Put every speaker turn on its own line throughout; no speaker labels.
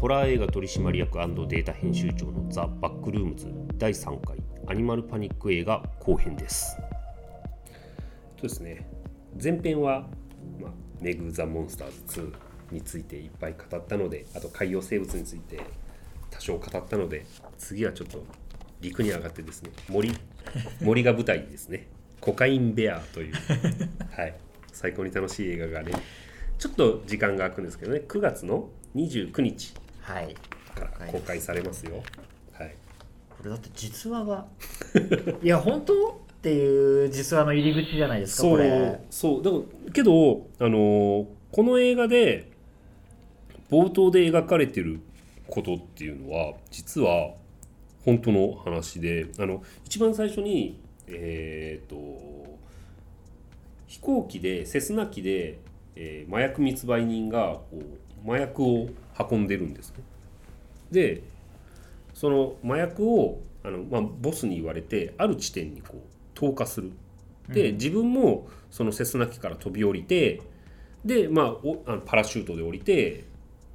ホラー映画取締役データ編集長のザ・バックルームズ第3回アニマルパニック映画後編です。そうですね前編は、まあ「メグ・ザ・モンスターズ2」についていっぱい語ったのであと海洋生物について多少語ったので次はちょっと陸に上がってですね森森が舞台ですねコカインベアと いう、はい、最高に楽しい映画がねちょっと時間が空くんですけどね9月の29日
はい
から公開されますよ。はい、
これだって実話が いや本当っていう実話の入り口じゃないですか
そ
こ
う
れ
そうだからけど、あのーこの映画で冒頭で描かれてることっていうのは実は本当の話であの一番最初にえー、と飛行機でセスナ機で、えー麻薬密売人がこう麻薬を運んでるんですね。でその麻薬をあの、まあ、ボスに言われてある地点にこう投下するで、自分もそのセスナ機から飛び降りてで、まあ、おあのパラシュートで降りて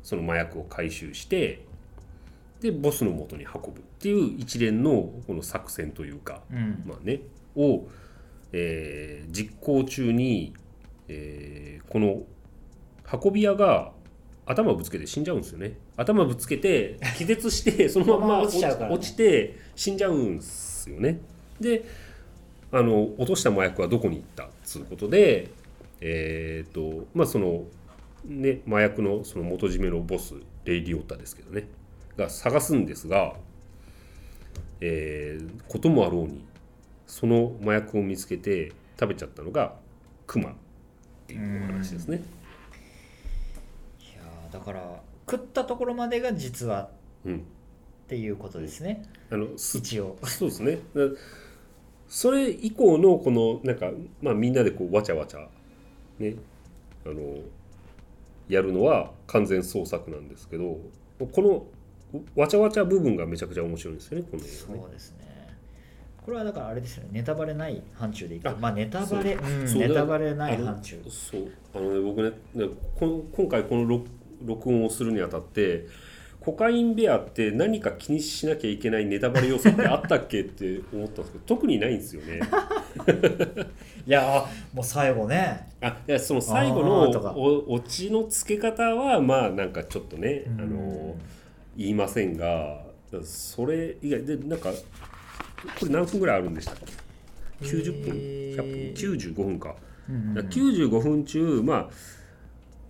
その麻薬を回収してでボスの元に運ぶっていう一連のこの作戦というか、
うん
まあね、を、えー実行中に、えーこの運び屋が頭をぶつけて死んじゃうんですよね頭ぶつけて気絶して そのまんま
落ちちゃうからね
落ちて死んじゃうんですよねであの落とした麻薬はどこに行ったっつうことでえっ、とまあそのね麻薬のその元締めのボスレイ・リオッタですけどねが探すんですがえーこともあろうにその麻薬を見つけて食べちゃったのがクマっていうお話ですね。
いやーだから食ったところまでが実話っ
うん、
ていうことですね
あのす
一応
そうですね。だそれ以降のこのなんかまあみんなでこうわちゃわちゃねあのやるのは完全創作なんですけど、このわちゃわちゃ部分がめちゃくちゃ面白いんですよねこの映画ね
そうですねこれはだからあれですよねネタバレない範疇でいく
あ
とまあネタバレ
そううんそう
ネタバレない範疇
あのそうあのね僕ねねこの今回この録録音をするにあたってコカインベアって何か気にしなきゃいけないネタバレ要素ってあったっけって思ったんですけど特にないんですよね。
いやーもう最後ね
あいやその最後
あ
の
ーとか
おオチのつけ方はまあなんかちょっとね、あの言いませんがそれ以外でなんかこれ何分ぐらいあるんでしたっけ90分
えー
100分95分か。
うんうんうん
95分中まあ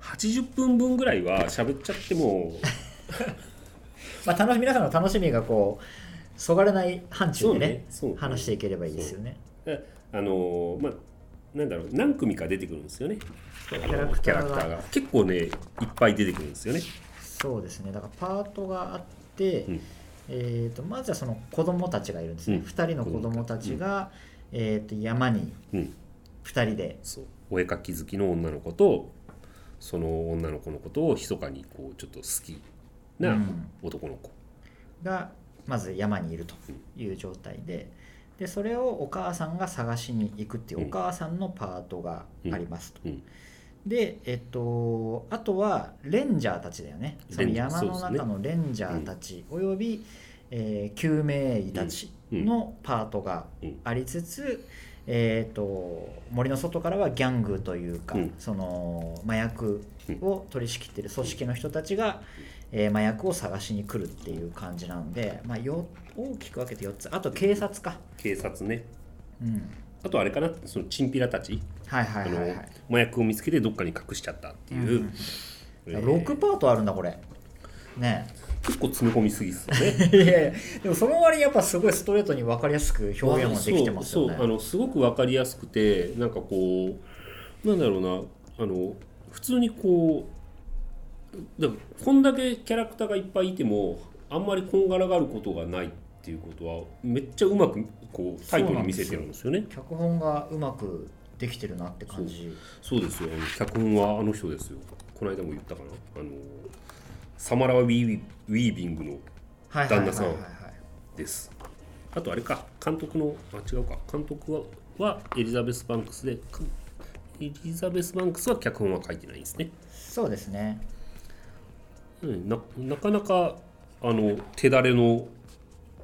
80分分ぐらいは喋っちゃって も
まあ楽し皆さんの楽しみがこうそがれない範疇でね
そうねそう
話していければいいですよね
えあのまあなんだろう何組か出てくるんですよねキ
ャラクターが
結構ねいっぱい出てくるんですよね
そうですねだからパートがあって、
うん
えー、とまずはその子供たちがいるんですね、
うん
2人の子供たちが、えー、と山に
うん
2人で
そうお絵描き好きの女の子とその女の子のことを密かにこうちょっと好き
う
なん男の子、
がまず山にいるという状態ででそれをお母さんが探しに行くっていううんお母さんのパートがありますと。
うん
でえっと、あとはレンジャーたちだよねその
レンジャー
山の
そうで
中
す
のレンジャーたちおよび、えー救命医たちのパートがありつつ、えー、と森の外からはギャングというか、
うん
その麻薬を取り仕切ってる組織の人たちが、えー麻薬を探しに来るっていう感じなんで、まあ、よ大きく分けて4つあと警察か、
警察ね
うん、
あとあれかなそのチンピラたち、
はいはいはいは
あの麻薬を見つけてどっかに隠しちゃったっていう、え
い
ー
6パートあるんだこれ ね
結構詰め込みすぎっすよね
えいやいやでもその割にやっぱすごいストレートに分かりやすく表現もできてますよ
そうそうあ
ね
のすごく分かりやすくてなんかこうなんだろうなあの普通にこうだからこんだけキャラクターがいっぱいいてもあんまりこんがらがることがないっていうことはめっちゃうまくこうタイトに見せてるんですよね。
脚本がうまくできてるなって感じ
そうですよあの脚本はあの人ですよこの間も言ったかなあのサマラ・ウィーウィービングの
はいはいはい
旦
は
那
い
さん
はい
ですあとあれか監督のあ違うか監督ははエリザベス・バンクスでかエリザベス・バンクスは脚本は書いてないんですね
そうですね
うんななかなかあの手だれの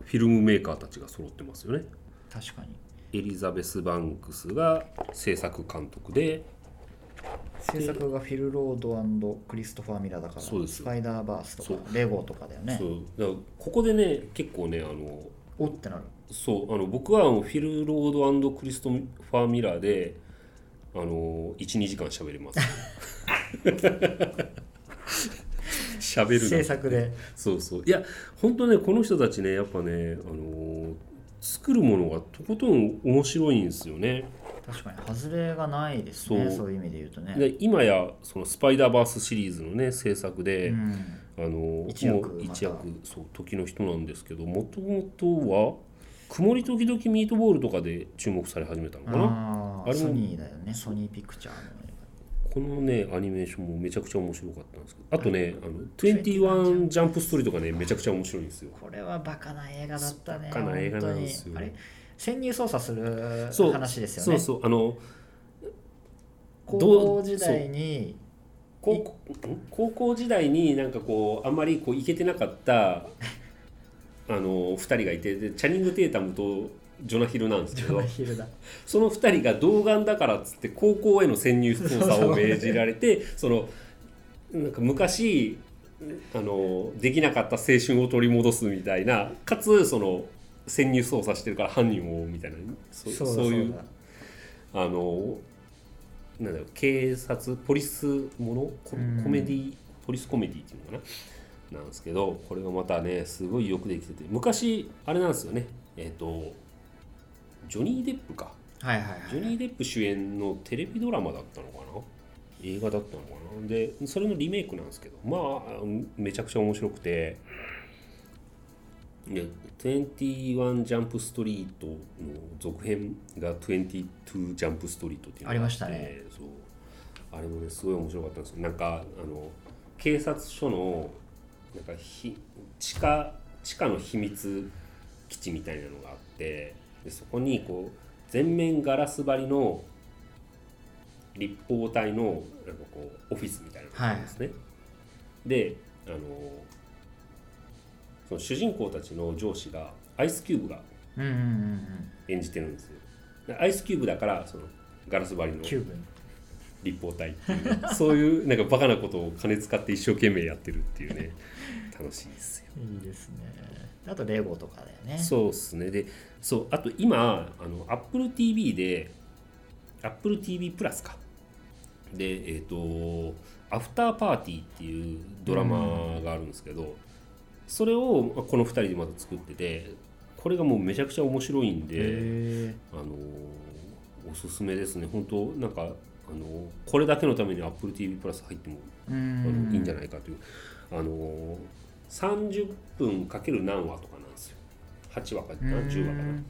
フィルムメーカーたちが揃ってますよね。
確かに
エリザベス・バンクスが制作監督で
制作がフィル・ロードクリストファー・ミラーだから
そうです
スパイダーバースと
そう
かレゴとかだよね
そうだからここでね結構ねあの
おってなる
そうあの僕はあのフィル・ロードクリストファー・ミラーであの12時間喋れます 喋るな
制作で
そうそういや本当ねこの人たちねやっぱねあの作るものがとことん面白いんですよね
確かに外れがないですね
そ
そうういう意味で言うとね
で今やそのスパイダーバースシリーズのね制作で、
うん
あの
一躍
もう
また
一躍そう時の人なんですけどもともとは曇り時々ミートボールとかで注目され始めたのかな
あ
あれ
あ
も
ソニーだよねソニーピクチャーの映
このねアニメーションもめちゃくちゃ面白かったんですけどあとね「あの21ジャンプストリート」がねめちゃくちゃ面白いんですよ
画これはバカな映画だったね
バカな映画なん
本
ですよ
当にあれ潜入捜査す
そう
る話ですよ
そう
ね
そうあの
高
ど
校
う
時代に
高校ん高校時代になんかこうあんまりこういけてなか ったあの2人がいてでチャニング・テータムとジョナヒルなんですけ
ジョ
ど
ナヒルだ
その2人が童顔だからっつって高校への潜入捜査を命じられてそのなんか昔あのできなかった青春を取り戻すみたいなかつその潜入捜査してるから犯人を追うみたいなそ
そうだ
そうい
そうだ
あのなんだろう警察ポリスものコ
うん
コメディポリスコメディっていうのかななんですけどこれがまたねすごいよくできてて昔あれなんですよねえっ、とジョニー・デップか
はいはいはい
ジョニー・デップ主演のテレビドラマだったのかな映画だったのかなでそれのリメイクなんですけどまあめちゃくちゃ面白くて「で21ジャンプストリート」の続編が「22ジャンプストリート」っていうのが
ありましたね
ってそうあれもねすごい面白かったんですよなんかあの警察署のなんかひ地下地下の秘密基地みたいなのがあってでそこにこう全面ガラス張りの立方体のなんかこうオフィスみたいなのがあるんですね。であのその主人公たちの上司がアイスキューブが
うんうんうんうん
演じてるんですよ。でアイスキューブだからそのガラス張りの
キューブ
立方体っていうねそういうなんかバカなことを金使って一生懸命やってるっていうね楽しいですよ。
いいですねあとレゴとかだよね
そうですねでそうあと今あの AppleTV で AppleTV プラスかでえっ、と「アフターパーティー」っていうドラマがあるんですけど、それをまあこの2人でまた作っててこれがもうめちゃくちゃ面白いんで。
へ
あのーおすすめですね、本当、なんか、あのーこれだけのために AppleTV プラス入っても
え
あ
う
の
ん
いいんじゃないかという、あのー30分かける何話とかなんですよ、8話かな、10話かな。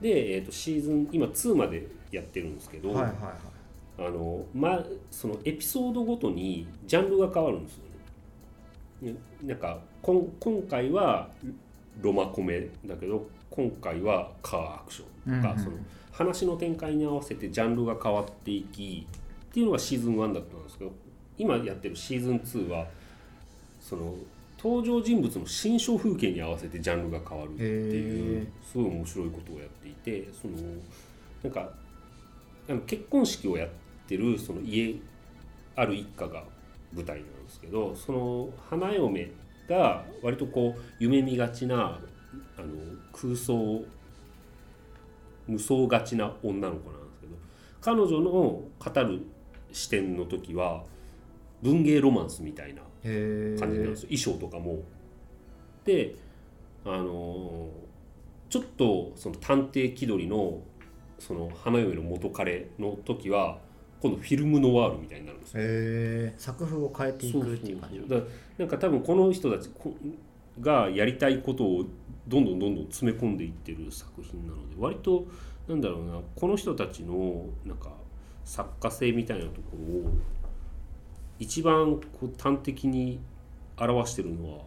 で、えー、とシーズン、今、2までやってるんですけど、
はいはいはい
あのーま、そのエピソードごとにジャンルが変わるんですよね。ねなんかこん今回はロマコメだけど今回はカーアクションとか、
うんうん
その話の展開に合わせてジャンルが変わっていきっていうのがシーズン1だったんですけど今やってるシーズン2はその登場人物の心象風景に合わせてジャンルが変わるってい
へ
うすごい面白いことをやっていてそのなんかあの結婚式をやってるその家ある一家が舞台なんですけどその花嫁が割とこう夢見がちなあの空想無双がちな女の子なんですけど彼女の語る視点の時は文芸ロマンスみたいな
へえ
感じなんですよ、衣装とかも。であのーちょっとその探偵気取りのその花嫁の元彼の時は今度フィルムノワールみたいになるんですよ
へえ作風を変えていくっていう感じ
そうそうそうだからなんか多分この人たちこがやりたいことをどんどんどんどん詰め込んでいってる作品なので割となんだろうなこの人たちのなんか作家性みたいなところを一番こう端的に表してるのは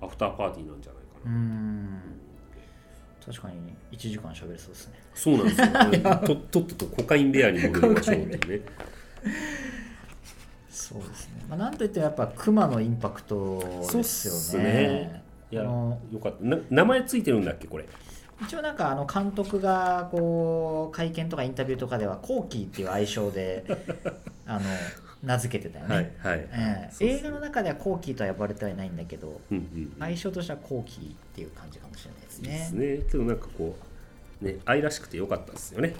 アフターパーティーなんじゃないか
う
な。
ん確かに1時間喋れそうですね
そうなんですよ、ね、ととっととコカインベアに戻りましょうっていうね。
そうですね、まあ、なんといってもやっぱ熊のインパクトですよね
そうっすねいや
あの
よかったな名前ついてるんだっけこれ
一応なんかあの監督がこう会見とかインタビューとかではコーキーっていう愛称 であの名付けてたよね、
はい
ええ
そうそう
映画の中ではコーキーとは呼ばれてはいないんだけど
うんうんうん
愛称としてはコーキーっていう感じかもしれないですね
ですねけどなんかこうね愛らしくてよかったですよね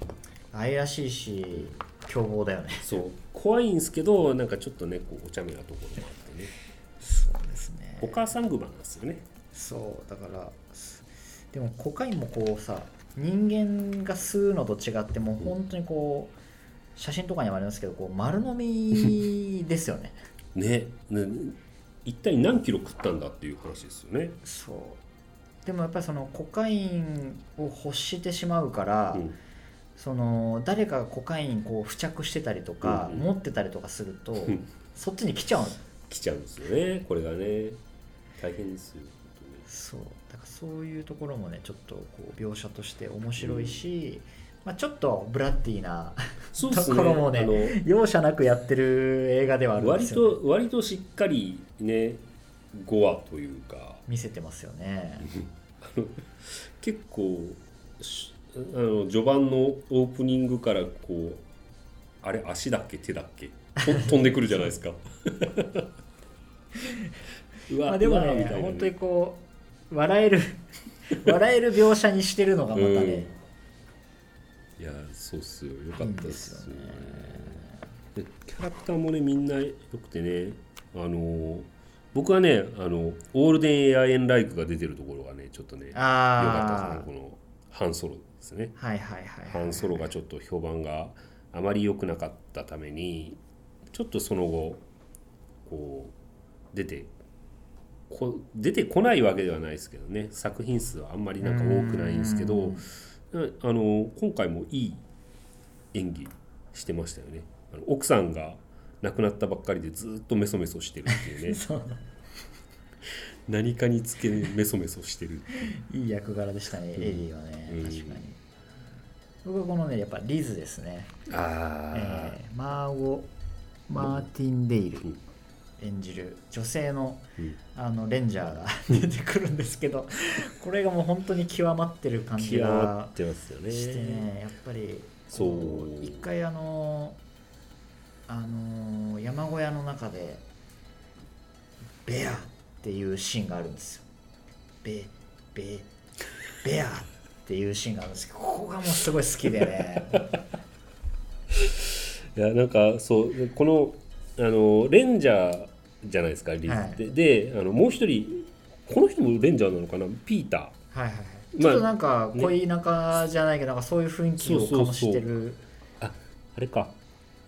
愛らしいし凶暴だよね
そう怖いんですけどなんかちょっとねこうお茶目なところもあってね
そうですね
お母さんグマなんですよね
そうだからでもコカインもこうさ人間が吸うのと違ってもう本当にこう写真とかにもありますけどこう丸飲みで すよね
ねね一体何キロ食ったんだっていう話ですよね、
そうでもやっぱりそのコカインを欲してしまうから、
うん
その誰かがコカインこう付着してたりとか、
うんうん
持ってたりとかすると、
ん
そっちに来ちゃうの
来ちゃうんですよねこれがね大変ですよ
そうだからそういうところもねちょっとこう描写として面白いし、まあ、ちょっとブラッディーな
そう
っすねところもね容赦なくやってる映画ではあ
あ
る
の
んで
割
すよ、ね、
と割としっかりね5話というか
見せてますよね
結構しあの序盤のオープニングからこうあれ足だっけ手だっけと 飛んでくるじゃないですか うわ
まあ、でも
うわみ
ね
たいな
本当にこう笑える 笑える描写にしてるのがまたね、
うんいやそうっすよよか
いい
っ
ん
た
で
ですす
よ
よ
ね
でキャラクターもねみんな良くてねあのー僕はねあのオールデンエアエンライクが出てるところがねちょっとね良かった
あ
ですねこのハンソロですね
あはいはいはい
ハンソロがちょっと評判があまり良くなかったためにちょっとその後こう出てこ出てこないわけではないですけどね作品数はあんまりなんか多くないんですけどなあの今回もいい演技してましたよねあの奥さんが亡くなったばっかりでずっとメソメソしてるっていうね
そう
何かにつけメソメソしてるっていう
いい役柄でしたね、エディはね
うん
確かに、僕はこのねやっぱリズですね
ああ、
えーマーゴ・マーティン・デイル
うん
演じる女性の
うん
あのレンジャーが 出てくるんですけどこれがもう本当に極まってる感じ
気合
が
ってますよね
してねやっぱり
そう
こ一回あのあの山小屋の中で「ベア」っていうシーンがあるんですよ。ベベベアっていうシーンがあるんですけどここがもうすごい好き でね
いやなんかそうこのあのレンジャーじゃないですかリズって、であのもう一人この人もレンジャーなのかなピータ
はいはいはい
まあ
ちょっとなんか恋仲じゃないけどなんかそういう雰囲気を
そうそうそう
醸してる
ーああれか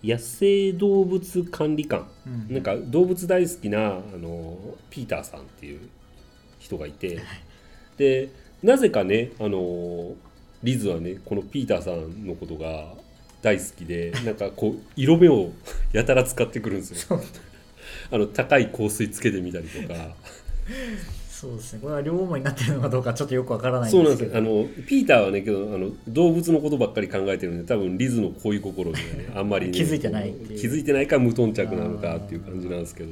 野生動物管理官、
うん
なんか動物大好きなあのピーターさんっていう人がいてでなぜかねあのリズはねこのピーターさんのことが大好きでなんかこう色目をやたら使ってくるんですよ。あの高い香水つけてみたりとか。
そうですねこれは両思いになってるのかどうかちょっとよくわからない
そ
ん
うな
で
ん
すけ
です
ど
よあのピーターはねけどあの動物のことばっかり考えてるんで多分リズの恋心には ねあんまりね、
気づいてないっていう
気づいてないか無頓着なのかっていう感じなんですけど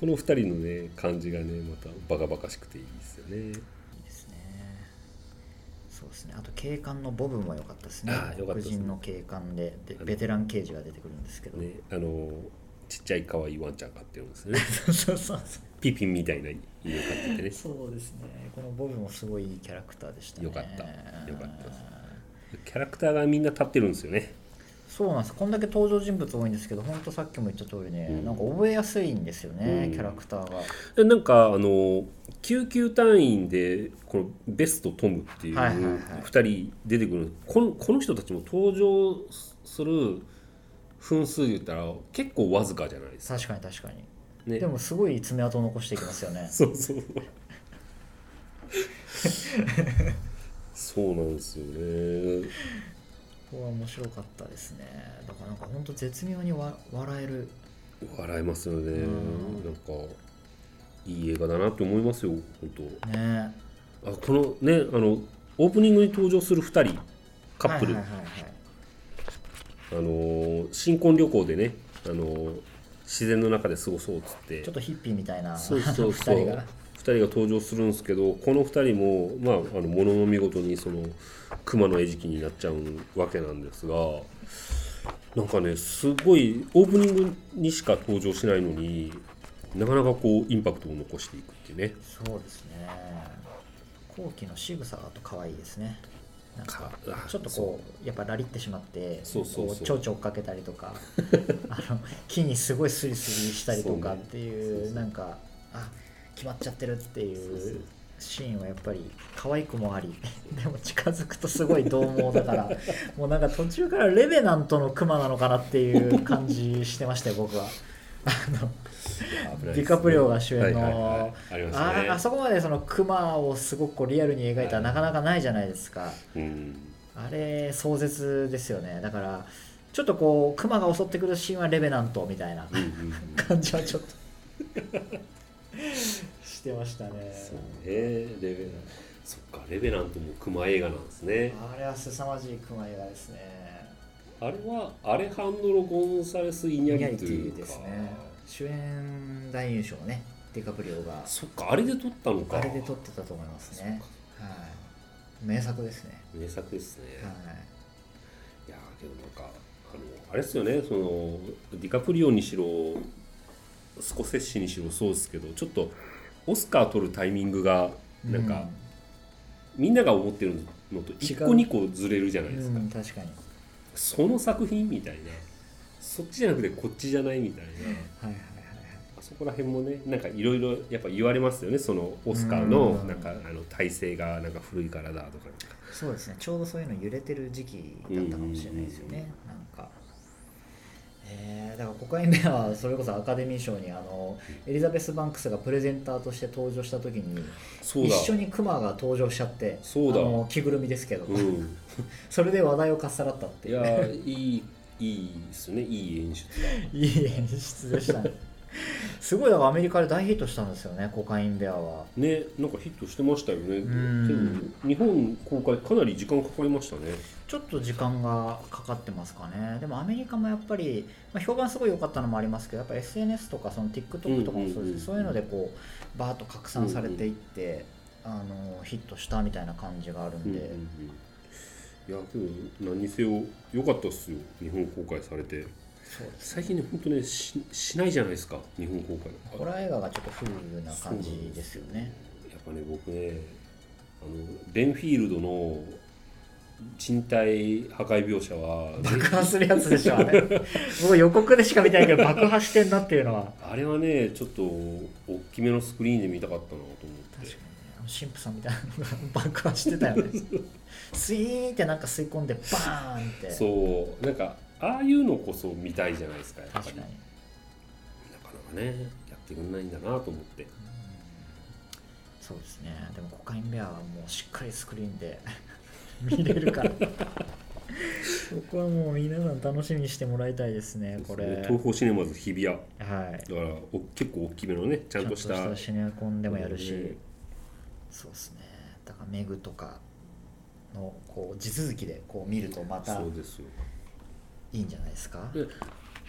この2人のね感じがねまたバカバカしくていいですよね
いいですねそうですねあと警官のボブも良かったですね
あー良かった
黒
ですね
人の警官でで
あの
ベテラン刑事が出てくるんですけど、
ねあのちっちゃい可愛いワンちゃん飼ってるんですね
そうそうそう
ピピンみたいな犬飼っててね
そうですねこのボブもすごいいいキャラクターでしたね
良かった良かったですキャラクターがみんな立ってるんですよね
そうなんですこんだけ登場人物多いんですけど本当さっきも言った通りね、
うん
なんか覚えやすいんですよね、
うん
キャラクターが
でなんかあの救急隊員でこのベスとトムっていう
はいはいはい
2人出てくる、このこの人たちも登場する分数で言ったら結構わずかじゃないですか。
確かに確かに
ね、
でもすごい爪痕を残していきますよね
そうそうそうそうなんですよね。
ここは面白かったですねだからなんか本当絶妙にわ笑える
笑えますよね。
うん
なんかいい映画だなって思いますよ本当。
ね
あこのねあのオープニングに登場する2人カップル、
はいはいはいはい
あのー新婚旅行でね、あのー自然の中で過ごそうっつって
ちょっとヒッピーみたいな
そうそうそう
2人
2
が
人が登場するんですけどこの2人もまああのものの見事にその熊の餌食になっちゃうわけなんですがなんかねすごいオープニングにしか登場しないのになかなかこうインパクトを残していくっていうね
そうですね後期の仕草があと可愛いですねなんか
かあ
ちょっとこうやっぱラリってしまって
そうそうそう
こ蝶々追っかけたりと かあの木にすごいスリスリしたりとかっていう
そうねそうそう
なんかあ決まっちゃってるってい
そうそう
うシーンはやっぱり可愛くもあり でも近づくとすごい獰猛 だからもうなんか途中からレベナントのクマなのかなっていう感じしてましたよ僕は。あ
危
の
ないですね
ディカプリオが主演の、
はいはいはいありました
あ
ね
あそこまでそのクマをすごくこうリアルに描いたらなかなかないじゃないですか、
うん
あれ壮絶ですよねだからちょっとこうクマが襲ってくるシーンはレベナントみたいな
うんうんうん
感じはちょっと してましたね
そうねレベナンそっかレベナントも熊映画なんですね
あれは凄まじいクマ映画ですね
あれはアレハンドロ・ゴンサレス・イニ
ニ
ャ
ャ
リ
リ
と
テ
いう
ィ
か
ですね主演男優賞をねディカプリオが
そっかあれで撮ったのか
あれで撮ってたと思いますねはい名作ですね
名作ですね、
はい
い、やーけどなんかあのあれですよねそのディカプリオにしろスコセッシにしろそうですけどちょっとオスカー取るタイミングがなんか、みんなが思ってるのと1個
違う
2個ずれるじゃな
う
い
ん
ですか、
うん確かに
その作品みたいなそっちじゃなくてこっちじゃないみたいな
はいはいはい
あそこら辺もねなんかいろいろやっぱ言われますよねそのオスカーの
うん
なんかあの体制がなんか古いからだとかなんか
そうですねちょうどそういうの揺れてる時期だったかもしれないですよね、なんかえーだから5回目はそれこそアカデミー賞にあのエリザベス・バンクスがプレゼンターとして登場した時に
そう
一
だ
緒にクマが登場しちゃって
そうだ
あの着ぐるみですけど、
うん
それで話題をかっさらったって
い
いう
や
ね
ーいいいいですねいい演出だ
いい演出でしたねすごいだからアメリカで大ヒットしたんですよねコカインベアは
ねなんかヒットしてましたよね
ん
でも日本公開かなり時間かかりましたね
ちょっと時間がかかってますかね、でもアメリカもやっぱり、まあ、評判すごい良かったのもありますけど、やっぱ SNS とかその TikTok とかも
うんうんうん
そう
うん
ですそういうのでこうバーッと拡散されていって、あのヒットしたみたいな感じがあるんで、
うんうんうんいやけど何にせよ良かったっすよ日本公開されて
そうです
最近ね本当ねししないじゃないですか日本公開
ホラー映画がちょっと不遇な感じですよね。
やっぱね僕ねあのレンフィールドの人体破壊描写は
爆破するやつでしょ、あれ。 僕予告でしか見てないけど、爆破してんなっていうのは。
あれはねちょっと大きめのスクリーンで見たかったなと思っ
確
て
かにねあの神父さんみたいなのが爆破してたよ ね。スイーンってなんか吸い込んで、バーンって。
そうなんかああいうのこそ見たいじゃないですかやっぱ
確
り
か
なか
に。
なかねやってくんないんだなと思って
そうですねでもコカインベアはもうしっかりスクリーンで 見れるから僕はもう皆さん楽しみにしてもらいたいですねこれ
東宝シネマズ日比谷だ
はい
からお結構大きめのねちゃんとした
ちゃんとシネコンでもやるし、
うん
そうですねだからメグとかのこう地続きでこう見るとまた
そうですよ
いいんじゃないですか
で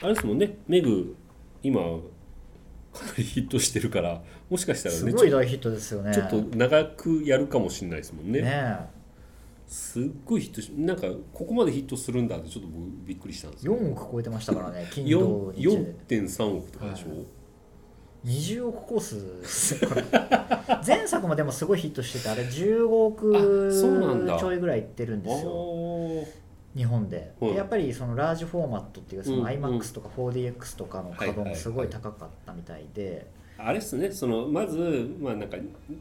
あれですもんねメグ今 かなりヒットしてるからもしかしたらね
すごい大ヒットですよね
ちょっと長くやるかもしれないですもんね
ねえ
すっごいヒットしなんかここまでヒットするんだってちょっと僕びっくりしたんですよ
4億超えてましたからね金土
4
日で
4.3億とかでしょ、
はい20億コースですよこれ前作もでもすごいヒットしててあれ15
あそうなんだ
億ちょいぐらいいってるん
あ
ですよ
ー
日本で
はい
でやっぱりそのラージフォーマットっていうそ
うん
の
うん
iMAX とか 4DX とかの
はいはい
稼
は
働
い
もすごい高かったみたいで
あれっすねそのまず、まあ、なんか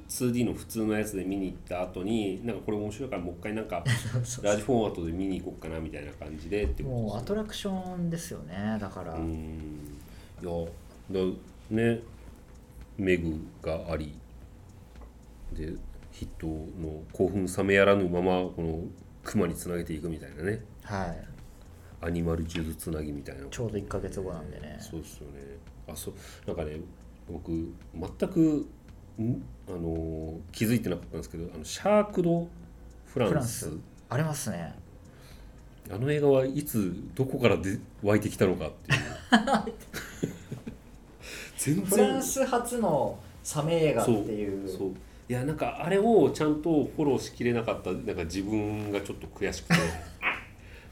2D の普通のやつで見に行った後になんかこれ面白いからもう一回なんかラージフォーマットで見に行こうかなみたいな感じでってことです
も
よ
う
ね
アトラクションですよねだから
うーんいやだねメグがありでヒットの興奮冷めやらぬままこの熊につなげていくみたいなね
はい
アニマルジューズつなぎみたいな
ちょうど1か月後なんでね
そうですよねあそうなんかね僕全くんあのー気づいてなかったんですけどあのシャークド・フランス
フランスありますね
あの映画はいつどこからで湧いてきたのかっていう全
フランス初のサメ映画っていう
そういやなんかあれをちゃんとフォローしきれなかったなんか自分がちょっと悔 しくて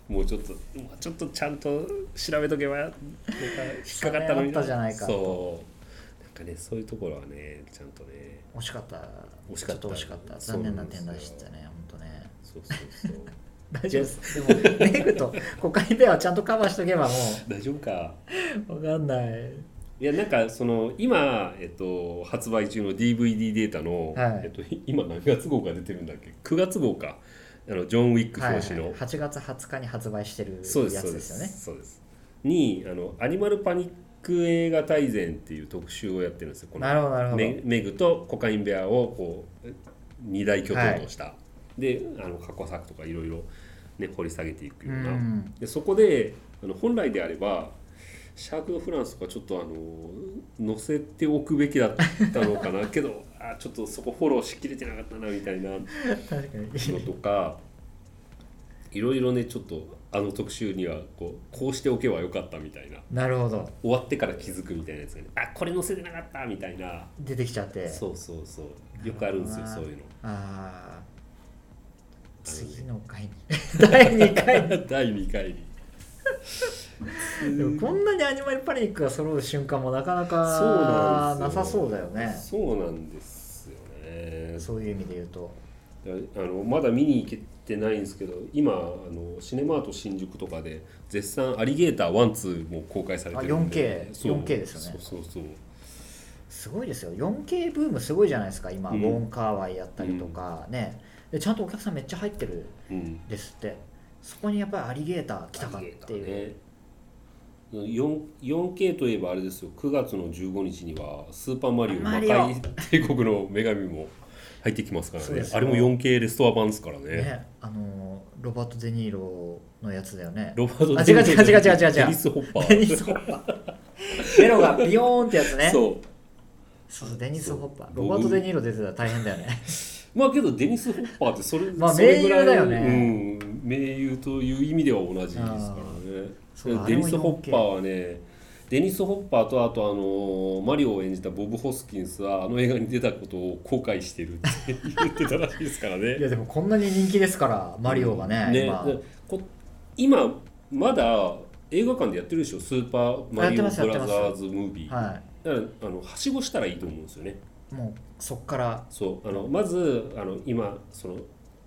もうちょっともうちょっとちゃんと調べとけばなんか引っかかったのに
それあったじゃないかと
そうなんかねそういうところはねちゃんとね
惜しかった
惜しかった
ちょっと惜しかった
そう
残
な
念
ん
な
ですよ
点出してたね本当ね
そうそうそう
大丈夫ですでも メグとコカインベアはちゃんとカバーしとけばも
大丈夫か
う分かんない
いやなんかその今、えっと、発売中の DVD データの、
はい
えっと、今何月号が出てるんだっけ9月号かあのジョン・ウィック
はい、
表紙の、
8月20日に発売してるやつ
そうですそうで
ですよね
すそうですにあの「アニマルパニック映画大全」っていう特集をやってるんですよこの
なるほどなるほど
メメグとコカインベアをこう二大巨頭とした、であの過去作とかいろいろね掘り下げていく
う
ような、
ん
でそこであの本来であればシャーク・ド・フランスとかちょっとあの載せておくべきだったのかなけどあちょっとそこフォローしきれてなかったなみたいなの
確かに
とかいろいろねちょっとあの特集にはこうこうしておけばよかったみたいな
なるほど
終わってから気づくみたいなやつがねあこれ載せてなかったみたいな
出てきちゃって
そうそうそうよくあるんですよ
なる
そ
ほ
う
ど
い
な
うの。
ああ
あのね
次の回に 第2 回
第2回に
でもこんなにアニマルパニックが揃う瞬間もなかな
そうな
か
ん
な
ですよ
さそうだよね
そうなんですよね
そういう意味で言うと
あのまだ見に行けてないんですけど今あのシネマート新宿とかで絶賛「アリゲーター1-2」も公開されてるんで
あ 4K
そう
4K ですよね
そうそうそう
すごいですよ 4K ブームすごいじゃないですか今、
うん
ウォンカーワイやったりとかねでちゃんとお客さんめっちゃ入ってる
うん
ですってそこにやっぱりアリゲーター来たか
ア
っ
リゲ
ていう、
ーターね 4- 4K といえばあれですよ9月の15日には「スーパーマリオ魔
マリオ
界帝国の女神」も入ってきますから
そう
ね
ですよ
あれも 4K レストア版ですからね
ねあのロバート・デ・ニーロのやつだよね
ロバート・
あ違う違う違う違う違う違う
デニス・ホッパー
デニス・ホッパーベロがビヨーンってやつね
そう
そうそうデニス・ホッパ
そ
ー
う
ロバート・デ・ニーロ出てたら大変だよね
まあけどデニス・ホッパーってそれ,、
まあ
それぐらい
盟友だよね
うん、盟友という意味では同じですからね
そう
だから
あ
デ
れ
ニ
も
ス・ホッパーはねデニス・ホッパーとあとあのーマリオを演じたボブ・ホスキンスはあの映画に出たことを後悔してるって言ってたらしいですから
い
ね
やでもこんなに人気ですから マリオがね,、
ね
今
でこ今まだ映画館でやってるでしょスーパーマリオブラ
やって
ザ
ますやってます
ーズ・ムービー、
は
だからあのはしごしたらいいと思うんですよね
いもうそっから
そうあのまずあの今その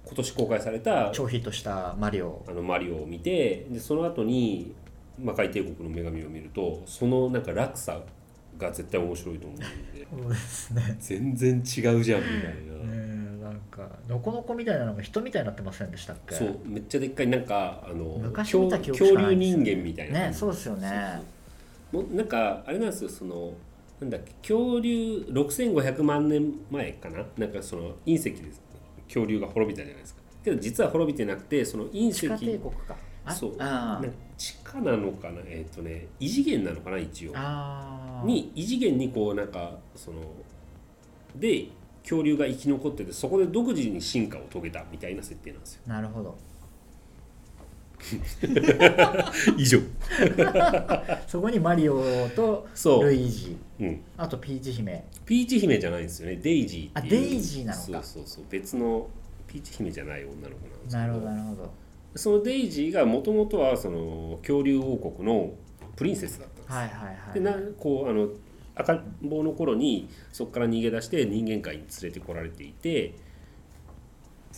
今年公開された
超ヒットしたマリオ
あのマリオを見てでその後に魔界帝国の女神を見るとそのなんか落差が絶対面白いと思うんで
そうですね
全然違うじゃんみたいな、
なんかノコノコみたいなのが人みたいになってませんでしたっけ
そうめっちゃでっかいなんかあの
昔
恐
見た記
恐
憶しかな
竜
いです
人
よ
間みたいな
ねそうですよね
もうなんかあれなんですよそのなんだっけ恐竜6500万年前かななんかその隕石です恐竜が滅びたじゃないですかけど実は滅びてなくてその
地
隕
下
石
帝国かあ
そう
あ
な
ー
んか地下なのかなえっ、とね異次元なのかな一応
あー
に異次元にこうなんかそので恐竜が生き残っててそこで独自に進化を遂げたみたいな設定なん ですよ
なるほど
以上
そこにマリオと
そう
ルイージ
うん
あとピーチ姫
ピーチ姫じゃないんですよねデイジーっていう
あデイジーなのか
そうそうそう別のピーチ姫じゃない女の子なんですけど
なるほどなるほど
そのデイジーがもともとはその恐竜王国のプリンセスだったんですよ
はいは
で
いは
ないこうあの赤ん坊の頃にそこから逃げ出して人間界に連れてこられていて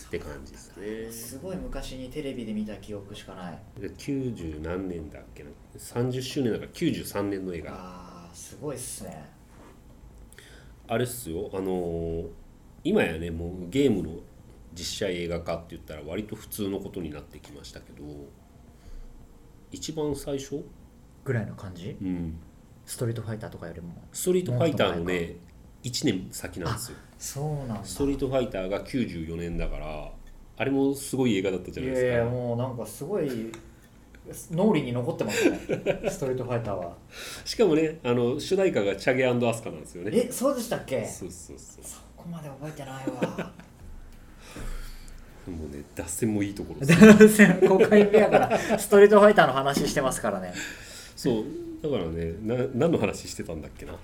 って感じですね
すごい昔にテレビで見た記憶しかない
で90何年だっけな30周年だから93年の映画
あーすごいっすね
あれっすよあのー今やねもうゲームの実写映画化って言ったら割と普通のことになってきましたけど一番最初、
ぐらいの感じ
うん、
ストリートファイターとかよりも
ストリートファイターのね1年先なんですよ
そうなんだ
ストリートファイターが94年だからあれもすごい映画だったじゃ
い
ない
や
です
い
か
やもうなんかすごい脳裏に残ってます ねストリートファイターは
しかもねあの主題歌がチャゲアスカなんですよね
えそうでしたっけそ
そうそうそ
こまで覚えてないわ
うもうね脱線もいいところ です
男性公開部屋からストリート ファイターの話してますからね
そうだからねな何の話してたんだっけな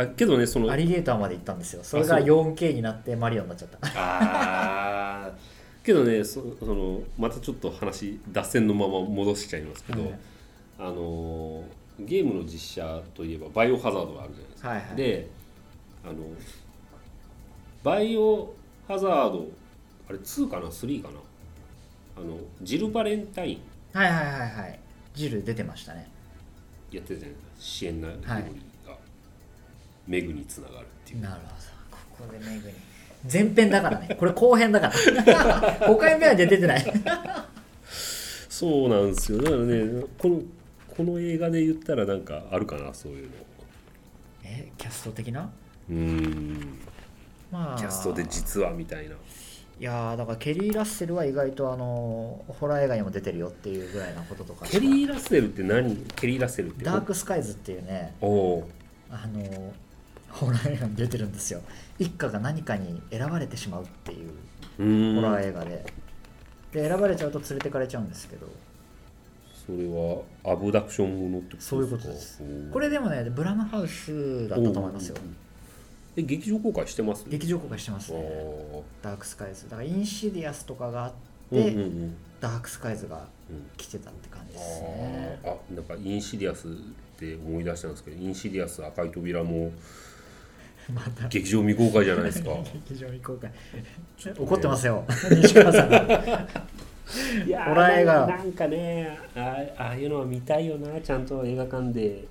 あけどねその
アリゲーターまで行ったんですよそれが
あそう
4K になってマリオになっちゃった
あー けどねそそのまたちょっと話脱線のまま戻しちゃいますけど、
はい
あのーゲームの実写といえばバイオハザードがあるじゃないですか、
はいはい
であのバイオハザードあれ2かな3かなあのジル・バレンタイン
はいはいはいはいジル出てましたね
やってたじゃないですかシエンナ・リモリーがメグにつながるっていう、
なるほどここでメグに前編だからねこれ後編だから 5回目は出てない
そうなんですよだからねこのこの映画で言ったらなんかあるかなそういうの
えキャスト的な
うーん
まあ
キャストで実はみたいない
やーだからケリー・ラッセルは意外とあのホラー映画にも出てるよっていうぐらいなこととか
ケリー・ラッセルって何ケリー・ラッセルって
ダークスカイズっていうね
おお
あのホラー映画に出てるんですよ一家が何かに選ばれてしまうっていう
うーん
ホラー映画で、で選ばれちゃうと連れてかれちゃうんですけど
それはアブダクションものってことですか
そういうことです
おー
これでもねブラムハウスだったと思いますよ
おーえ劇場公開してます
劇場公開してます
あ
ね
ー
ダークスカイズだからインシディアスとかがあっ
うん
て、
うんうん
ダークスカイズが
うん
来てたって感じ
あ
ですね
ーあなんかインシディアスって思い出したんですけどインシディアス赤い扉も
また
劇場未公開じゃないですか
劇場未公開怒ってますよ西川さんが
いやー
ホラー映画
なんかねあーああいうのは見たいよなちゃんと映画館で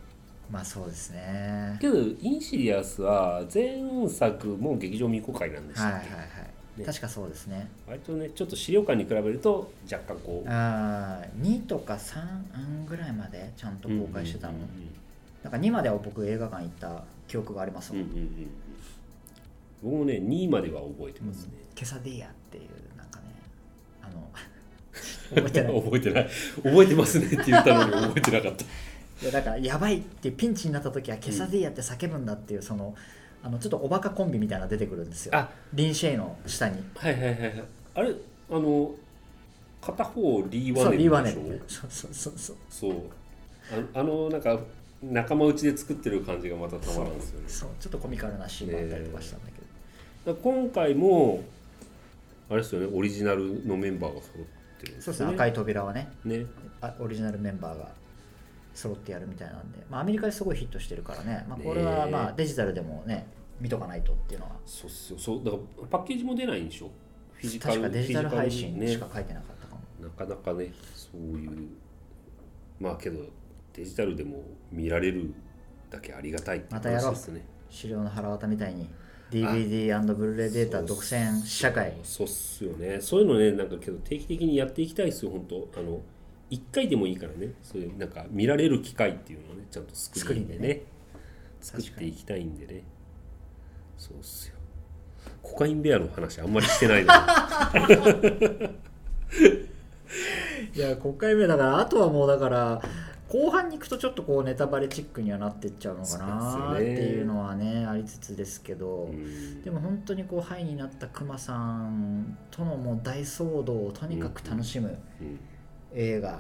まあそうですね
けどインシディアスは前作も劇場未公開なんでした
はい
っ
はいは
け、ね
い確かそうですね
割とねちょっと資料館に比べると若干こう
あー2とか3ぐらいまでちゃんと公開してたの、なんか2までは僕映画館行った記憶があります
うん
も
う
ん、
んうんうん僕もね2位までは覚えてますね、
ケサディアっていうなんかねあの 覚 えてない
覚えてない覚えてますねって言ったのに覚えてなかった
いやだからやばいってピンチになった時はケサディアって叫ぶんだっていうそのあのちょっとおバカコンビみたいなの出てくるんですよ
あ
リン・シェイの下に
はいはいはいはいあれあの片方リー・ワ
そう
ネ
リーワ
ル
ネ
で
ル
しょ
そうそうそうそ
そ
う
うああのなんか仲間内で作ってる感じがまたたまらんですよね
そうちょっとコミカルなシーンもあったりとかしたんだけど、
だから今回もあれですよねオリジナルのメンバーが揃ってるんです
そ
よ
うですね赤い扉はね
ね
あオリジナルメンバーが揃ってやるみたいなんで、まあ、アメリカですごいヒットしてるからね、まあ、これは
ねえ
まあデジタルでもね見とかないとっていうのは
そうっすよそうだからパッケージも出ないんでしょフィジカル
確かデジタル配信
フィジ
し
カ
か
ル
書いてなかったかも、
にねなかなかねそういうまあけどデジタルでも見られるだけありがたいって
またやろう
ですね
資料の腹渡みたいに DVD& ブルーレイデータ独占試写会
そうっすよねそういうのねなんかけど定期的にやっていきたいですよ本当あの一回でもいいからねそういうなんか見られる機会っていうのをねちゃんとスクリーンでね
クリーンでね
作っていきたいんでねそうっすよコカインベアの話あんまりして ないな
いや5回目だからあとはもうだから後半に行くとちょっとこうネタバレチックにはなってっちゃうのかな
そう
っ
です
て
よね
いうのはねありつつですけど、
うん
でも本当にこうハイになったクマさんとのもう大騒動をとにかく楽しむ
うん
映画っ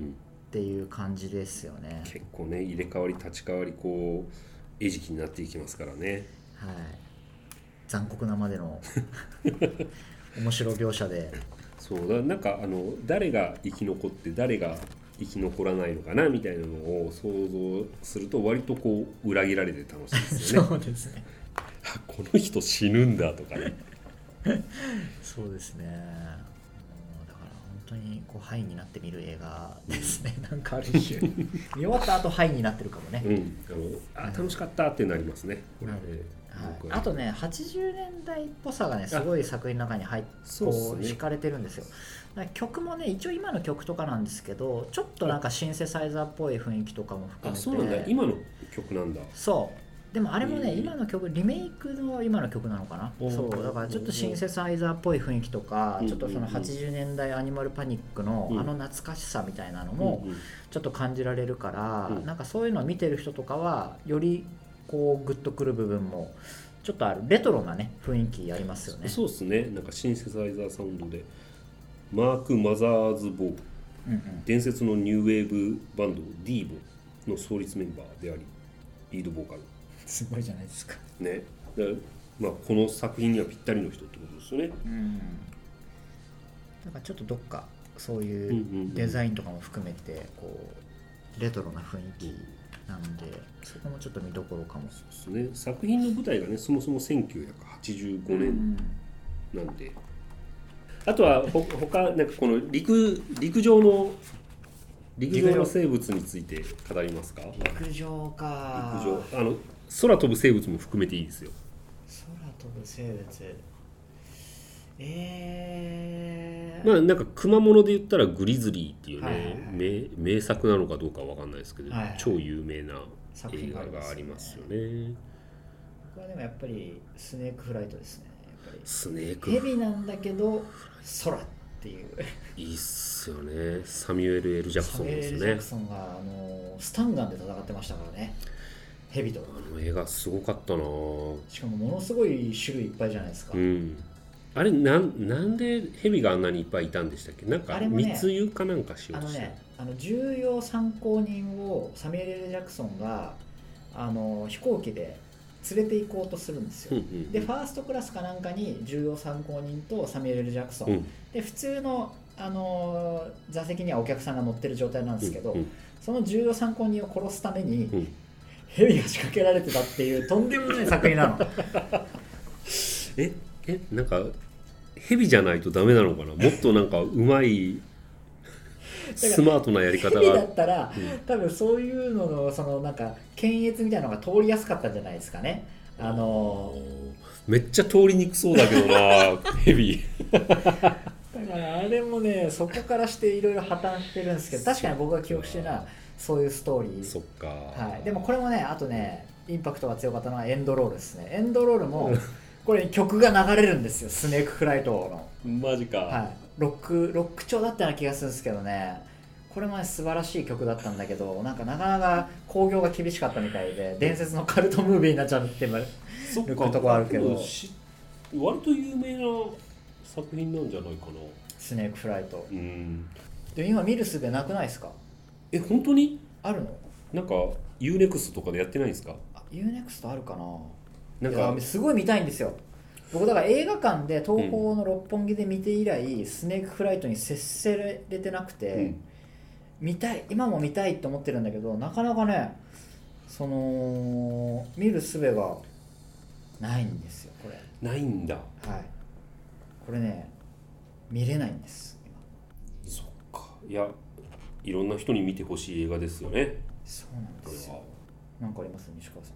うん
ていう感じですよね、
結構ね入れ替わり立ち替わりこう餌食になっていきますからね
はい、残酷なま での面白描写で
そうだなんかあの誰が生き残って誰が生き残らないのかなみたいなのを想像すると割とこう裏切られて楽しいですよね
うですね
あこの人死ぬんだとか ね
そうですねもうだから本当にこうハイになって見る映画ですねなんかあ る種見終わった後ハイになってるかもね、
うんあのあ楽しかったってなりますねこれ
なる
で
はい
僕
あとね80年代っぽさがねすごい作品の中に入って
そうっすね
こう惹かれてるんですよだから曲もね一応今の曲とかなんですけどちょっとなんかシンセサイザーっぽい雰囲気とかも含
あ
めて
そうなんだ今の曲なんだ
そうでもあれもね、
へー
今の曲リメイクの今の曲なのかな
おー
そうだからちょっとシンセサイザーっぽい雰囲気とか
うん
ちょっとその
うんうん
80年代アニマルパニックの
うん
あの懐かしさみたいなの
う
も
んうん
ちょっと感じられるから、
うん
なんかそういうのを見てる人とかはよりこうグッとくる部分もちょっとあるレトロなね雰囲気ありますよね
そうですねなんかシンセサイザーサウンドでマーク・マザーズ・ボーブ
うんうん
伝説のニューウェーブバンドディーボの創立メンバーでありリードボーカル
すごいじゃないですか
ねだからまあ、この作品にはぴったりの人ってことですよね。
うんだからちょっとどっかそう
うんう
いうん
うん
デザインとかも含めてこうレトロな雰囲気なのでそこもちょっと見どころかも
そうですね作品の舞台がねそもそも1985年なんで、あとはほ他なんかこの陸陸上の陸上の生物について語りますか陸
陸上か
上あの空飛ぶ生物も含めていいですよ
空飛ぶ生物えー
まあなんか熊物で言ったらグリズリーっていうね、
はいはいはい
名名作なのかどうかわかんないですけど、
はいはい
超有名な
作
映
品
画が
が
あ
あ
り
り
ま
ますす
よ
よ
ね
僕はでもやっぱりスネークフライトですねやっぱ
スネーク
り蛇なんだけど空っていう
いいっすよねサミュエル・ L ・ジャク
サ
ソン
ミュエル
ですよ
L ・ジャ
ね
クソンがあのスタンガンで戦ってましたからね蛇と
あの映画すごかったなぁ
しかもものすごい種類いっぱいじゃないですか、
うんあれなんなんでヘビがあんなにいっぱいいたんでしたっけなんか
あれもね
密輸かなんかしよ
あ
うと
の
して、
ねあの重要参考人をサミュエル・エルジャクソンがあの飛行機で連れて行こうとするんです
うん
よ、
うん
でファーストクラスかなんかに重要参考人とサミュエル・エルジャクソン、
うん
で普通の、あのー座席にはお客さんが乗ってる状態なんですけど、
うん
その重要参考人を殺すために、
うん
蛇が仕掛けられてたっていうとんでもない作品なの
ええなんかヘビじゃないとダメなのかなもっとなんかうまいスマートなやり方
蛇だ
が
ったら
うん
多分そういうののそのなんか検閲みたいなのが通りやすかったんじゃないですかねあのー
めっちゃ通りにくそうだけどなヘビ
だからあれもねそこからしていろいろ破綻してるんですけど確かに僕が記憶してるのはそういうストーリ
そっ
ー、
か、
はい、でもこれもねあとねインパクトが強かったのはエンドロールですねエンドロールもこれ曲が流れるんですよスネークフライトの、
マジか、
はい、ロックロック調だったような気がするんですけどねこれもね素晴らしい曲だったんだけどなんかなかなか興行が厳しかったみたいで伝説のカルトムービーになっちゃってま
そっ
抜くとこあるけど
でもし割と有名な作品なんじゃないかな
スネークフライト
うん
で今見るすべなくないですか
え本当に
あるの
なんか UNEXT とかでやってないんですか
あ UNEXT あるか
な
な
ん
い
か
やすごい見たいんですよ僕だから映画館で東宝の六本木で見て以来、スネークフライトに接せられてなくて、
うん
見たい今も見たいって思ってるんだけどなかなかねその見る術がないんですよこれ
ないんだ
はいこれね見れないんです今
そっかいやいろんな人に見てほしい映画ですよね
そうなん
こ
で
れ
すよ
は
なんかあります西川さ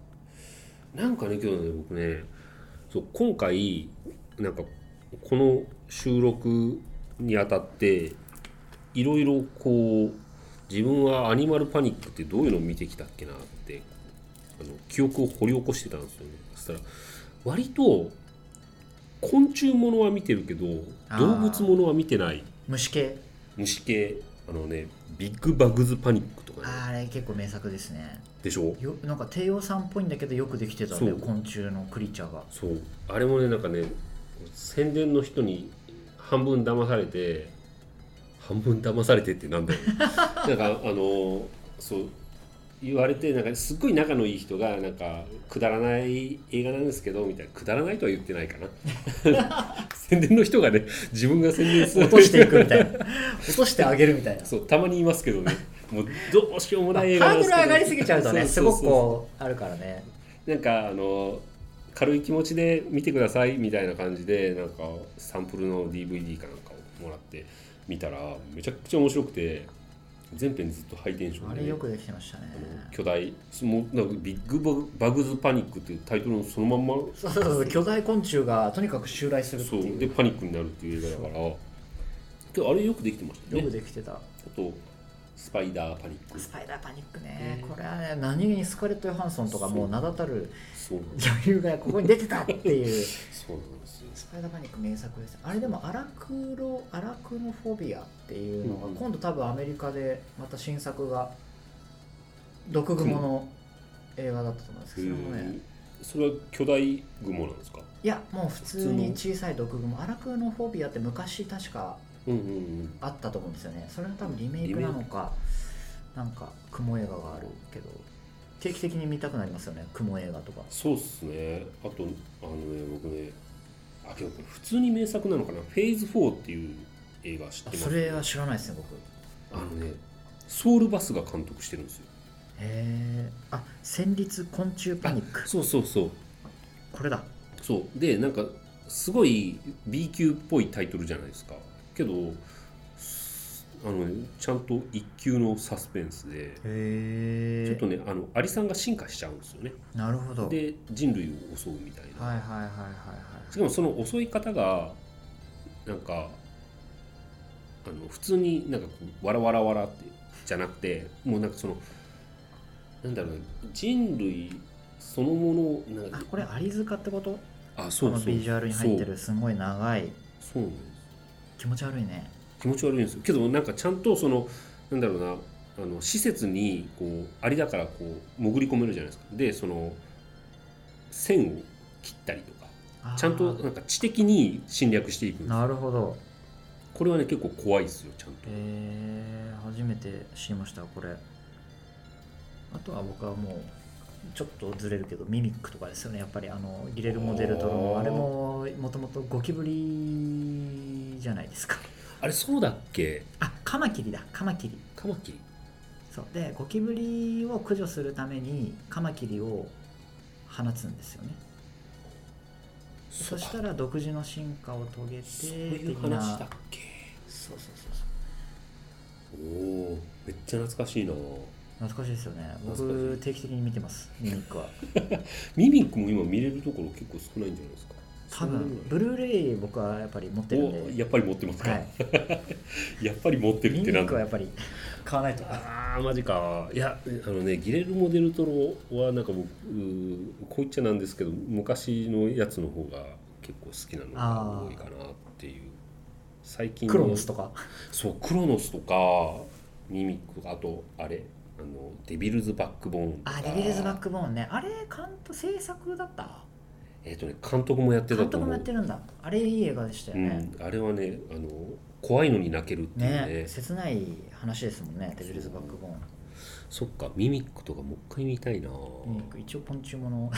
ん
なんかねけどね僕ねそう今回なんかこの収録にあたっていろいろこう自分はアニマルパニックってどういうのを見てきたっけなってあの記憶を掘り起こしてたんですよねそしたら割と昆虫ものは見てるけど
あー
動物ものは見てない
虫系
虫系あのねビッグバグズパニックとかね
あれ結構名作ですね
でしょ
よなんか帝王さんっぽいんだけどよくできてたんだよ
そう
昆虫のクリーチャーが
そうあれもねなんかね宣伝の人に半分騙されて半分騙されてってなん だよなんかあのそう言われてなんかすっごい仲のいい人がなんかくだらない映画なんですけどみたいなくだらないとは言ってないかな 宣伝の人がね自分が宣伝する
落としていくみたい な落としてあげるみたいな
そうたまにいますけどねもうどうしようも
まあ
ない映画
ハ
なん
ー
です
ドル
けど
上がりすぎちゃうとねす
そうそ
ご
うそう
くこうあるからね
なんかあの軽い気持ちで見てくださいみたいな感じでなんかサンプルの DVD かなんかをもらって見たらめちゃくちゃ面白くて全編ずっとハイテンショ
あ
ン
れ
で
よくできてましたね
あの巨大もうなんかビッグバグバグズパニックっていうタイトルのそのまんま
そうそうそう巨大昆虫がとにかく襲来するって
そう
い
で
う
パニックになるっていう映画だからけどあれよくできてました
よ
ね
くできてた
あとスパイダーパニック
スパイダーパニックね
ね
これはね何気にスカーレット・ヨハンソンとかもう名だたる
そうなんです
女優がここに出てたっていう ス
そうなんですよ
パイダーパニック名作ですあれでもアラクロアラクノフォビアっていうのが
うんうん
今度多分アメリカでまた新作が毒蜘蛛の映画だったと思うんですけどそれもね
うんそれは巨大雲なんですか
いやもう普通に小さい毒蜘蛛アラクノフォビアって昔確か
うんうんうん
あったと思うんですよねそれの多分リメイクなのかなんか雲映画があるけど定期的に見たくなりますよね雲映画とか
そうっすねあとあのね僕ねあけどこれ普通に名作なのかな「フェーズ4」っていう映画知って
あ
ます
それは知らないですね僕へ
あのねソウルバスが監督してるんですよ
えあ戦慄昆虫パニック
そうそうそう
これだ
そうでなんかすごい B 級っぽいタイトルじゃないですかけどすあの、ね、ちゃんと一級のサスペンスで
へ
ちょっと
え
ねあのアリさんが進化しちゃうんですよね
なるほどはい
で人類を襲うみたいな、
はいはいはい
しかもその襲い方がなんかあの普通になんかこうわらわらわらってじゃなくてもうなんかそのなんだろうな人類そのものなん
はい
か
あこれアリ塚ってこと
あそ
こ
うそ
の
う
ビジュアルに入ってるすごい長い
そうそうなんです
気持ち悪いね
気持ち悪いんですよけどなんかちゃんとそのなんだろうなあの施設にこうアリだからこう潜り込めるじゃないですかでその線を切ったりとか
あー
ちゃんとなんか知的に侵略していくんです
なるほど
これはね結構怖いですよちゃんと、
えー、初めて知りましたこれあとは僕はもうちょっとずれるけどミミックとかですよねやっぱりあのギレルモ・デルトロの
あー
あれももともとゴキブリじゃないですか
あれそうだっけ
あカマキリだカマキリ
カマキリ
そうでゴキブリを駆除するためにカマキリを放つんですよねそした
ら
ら独自の進化を遂げて
そういう
的な
話だっけ
そうそうそうそう
おおめっちゃ懐かしいな
懐かしいですよね
懐か
僕
しい
定期的に見てますミミックは
ミミックも今見れるところ結構少ないんじゃないですか
多
そんなもん
分ブルーレイ僕はやっぱり持ってる
お
んで、
やっぱり持ってますか、
はい、
やっぱり持って
ミ
るっ
ニ
てなん
ッ
だ
クはやっぱり買わないと
あーマジかいやあのねギレルモ・デルトロはなんか僕うーこう言っちゃなんですけど昔のやつの方が結構好きなのが
あー
多いかなっていう最近の
クロノスとか
そうクロノスとかミミックあとあれあのデビルズ・バックボーンとか
あデビルズバックボーンねあれ監督制作だった
えっ、とね監督もやってた
監
と
督
思う
もやってるんだあれいい映画でしたよね、
うん、あれはねあの怖いのに泣けるっていうね
ね切ない話ですもんねデビルズバックボーン
そっかミミックとかもう一回見たいな、
ミニック一応昆虫もの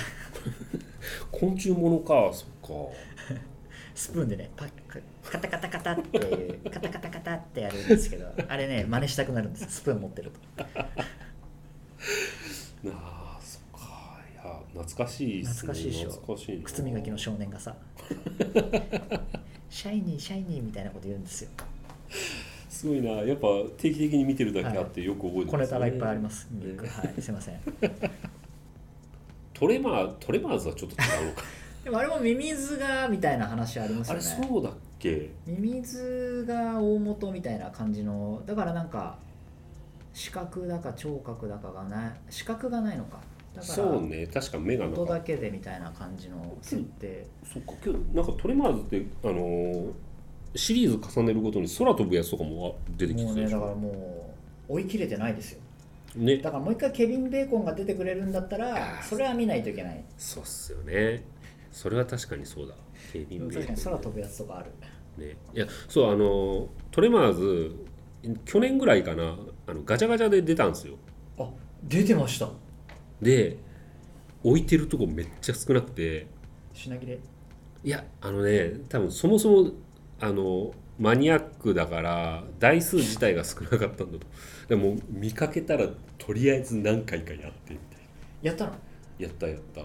昆虫ものかそっか
スプーンでねパックカタカタカタっていうカタカタカタってやるんですけどあれね真似したくなるんですスプーン持ってると
なあそっかいや懐かしいっすね
懐かしいでしょ
懐かしいな
靴磨きの少年 がさシャイニーシャイニーみたいなこと言うんですよ
すごいなやっぱ定期的に見てるだけあってよく覚えて
小ネタがいっぱいありますす。ミニックはい、すいません。
トレマートレマーズはちょっと違 うのか
でもあれもミミズがみたいな話あります
あ
よ
れ
ね。
そうだっけ
ミミズが大元みたいな感じの、だからなんか視覚だか聴覚だかがない、視覚がないのか。だから
そうね確か目がなか
音
った
だけでみたいな感じの設定。
そっか今日なんかトレマーズってあのーシリーズ重ねるごとに空飛ぶやつとかもあ出てきて
も
たで
うね、だ
し
から
ょ
もう追い切れてないですよ。
ね
だからもう一回ケビン・ベーコンが出てくれるんだったら、それは見ないといけない。
そうっすよねそれは確かにそうだ警備員
確かに空飛ぶやつとかある。
ね、いやそうあのトレマーズ去年ぐらいかなあのガチャガチャで出たんですよ
あ、出てました。
で置いてるとこめっちゃ少なくて
品切れ。
いやあのね多分そもそもあのマニアックだから台数自体が少なかったんだとでも見かけたらとりあえず何回かやってみたい
やったの
なやったやった